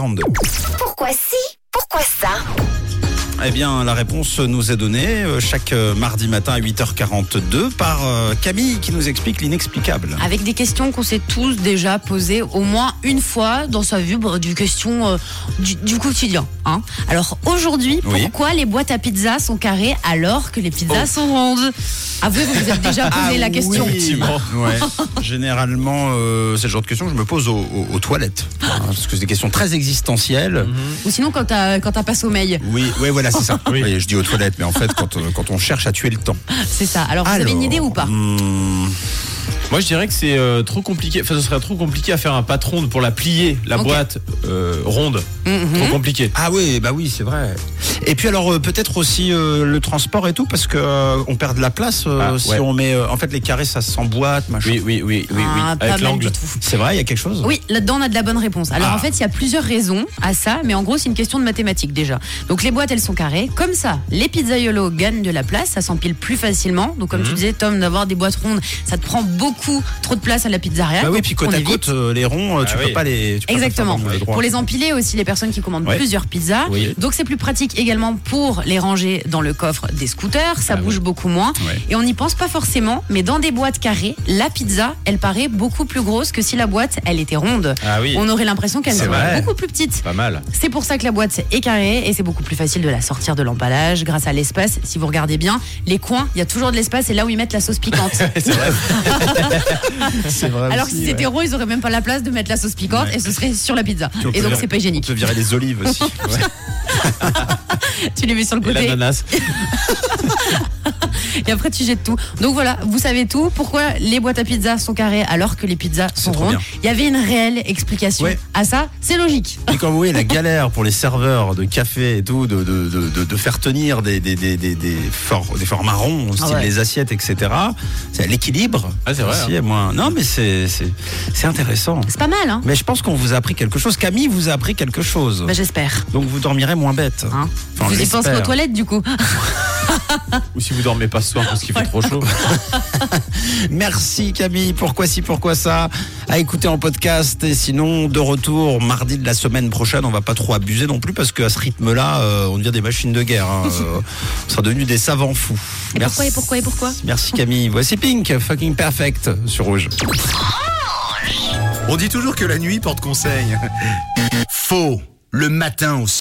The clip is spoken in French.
42. Pourquoi si Pourquoi ça Eh bien, la réponse nous est donnée euh, chaque euh, mardi matin à 8h42 par euh, Camille qui nous explique l'inexplicable. Avec des questions qu'on s'est tous déjà posées au moins une fois dans sa vie, bah, des questions euh, du, du quotidien. hein. Alors aujourd'hui, Oui. pourquoi les boîtes à pizza sont carrées alors que les pizzas sont rondes Avouez, vous vous êtes déjà posé la question. Ah Effectivement. Ouais. Généralement, euh, c'est le genre de question que je me pose au- au- aux toilettes. hein, parce que c'est des questions très existentielles. Ou sinon quand t'as quand t'as pas sommeil, Oui, ouais, voilà, c'est ça. Oui, je dis aux toilettes, mais en fait, quand, euh, quand on cherche à tuer le temps. c'est ça. Alors vous avez une idée ou pas Hmm, Moi, je dirais que c'est euh, trop compliqué. Enfin, ce serait trop compliqué à faire un patron pour la plier, la Ok. boîte euh, ronde. Mhm. Trop compliqué. Ah oui, bah oui, c'est vrai. Et puis alors euh, peut-être aussi euh, le transport et tout parce que euh, on perd de la place euh, Ah, si ouais. on met euh, en fait les carrés ça s'emboîte, machin. Oui, oui, oui, oui, oui. Ah, pas Avec mal l'angle. du tout. C'est vrai, il y a quelque chose Oui, là-dedans, on a de la bonne réponse. Alors, Ah. en fait, il y a plusieurs raisons à ça, mais en gros, c'est une question de mathématiques déjà. Donc, les boîtes, elles sont carrées. Comme ça, les pizzaiolos gagnent de la place, ça s'empile plus facilement. Donc, Mhm. comme tu disais, Tom, d'avoir des boîtes rondes, ça te prend beaucoup trop de place à la pizzeria. Bah oui, Donc, puis côte on à hein, évite. côte euh, les ronds, euh, tu Ah peux oui. pas les tu peux pas Exactement. faire comme le droit. Pour les empiler aussi, les personnes qui commandent Ouais. plusieurs pizzas. Oui. Donc c'est plus pratique également pour les ranger dans le coffre des scooters, ça Ah bouge beaucoup moins. Ouais. Et on n'y pense pas forcément, mais dans des boîtes carrées, la pizza, elle paraît beaucoup plus grosse que si la boîte, elle était ronde. Ah oui. On aurait l'impression qu'elle C'est serait vrai. beaucoup plus petite. Pas mal. C'est pour ça que la boîte est carrée et c'est beaucoup plus facile de la sortir de l'emballage grâce à l'espace. Si vous regardez bien, les coins, il y a toujours de l'espace et là où ils mettent la sauce piquante. C'est vrai Alors que aussi, si ouais. c'était rond, ils auraient même pas la place de mettre la sauce piquante Ouais. et ce serait sur la pizza. Puis on Et peut donc virer- c'est pas On hygiénique. peut virer les olives aussi. Ouais. Tu les mets sur le Et côté l'ananas. et après tu jettes tout. Donc voilà, vous savez tout. Pourquoi les boîtes à pizza sont carrées alors que les pizzas sont trop rondes bien. Il y avait une réelle explication Ouais. à ça. C'est logique. Et quand vous voyez la galère pour les serveurs de café et tout, de, de, de, de- de faire tenir des, des, des, des, des, for- des formats ronds, style Ah ouais. les assiettes, etc., c'est à l'équilibre. Ah, c'est vrai, Aussi, et moins- Non, mais c'est c'est- c'est intéressant. C'est pas mal, hein Mais je pense qu'on vous a appris quelque chose. Camille vous a appris quelque chose. Bah, J'espère. Donc vous dormirez moins bête. hein. Enfin, on vous y l'espère. pensez aux toilettes du coup Ou si vous dormez pas ce soir parce qu'il fait trop chaud. Merci Camille, pourquoi si, pourquoi ça À écouter en podcast et sinon de retour mardi de la semaine prochaine. On va pas trop abuser non plus parce qu'à ce rythme-là, euh, on devient des machines de guerre. hein. Euh, on sera devenus des savants fous. Et pourquoi, et pourquoi, et pourquoi Merci Camille. Voici Pink, fucking perfect sur Rouge. On dit toujours que la nuit porte conseil. Faux. Le matin au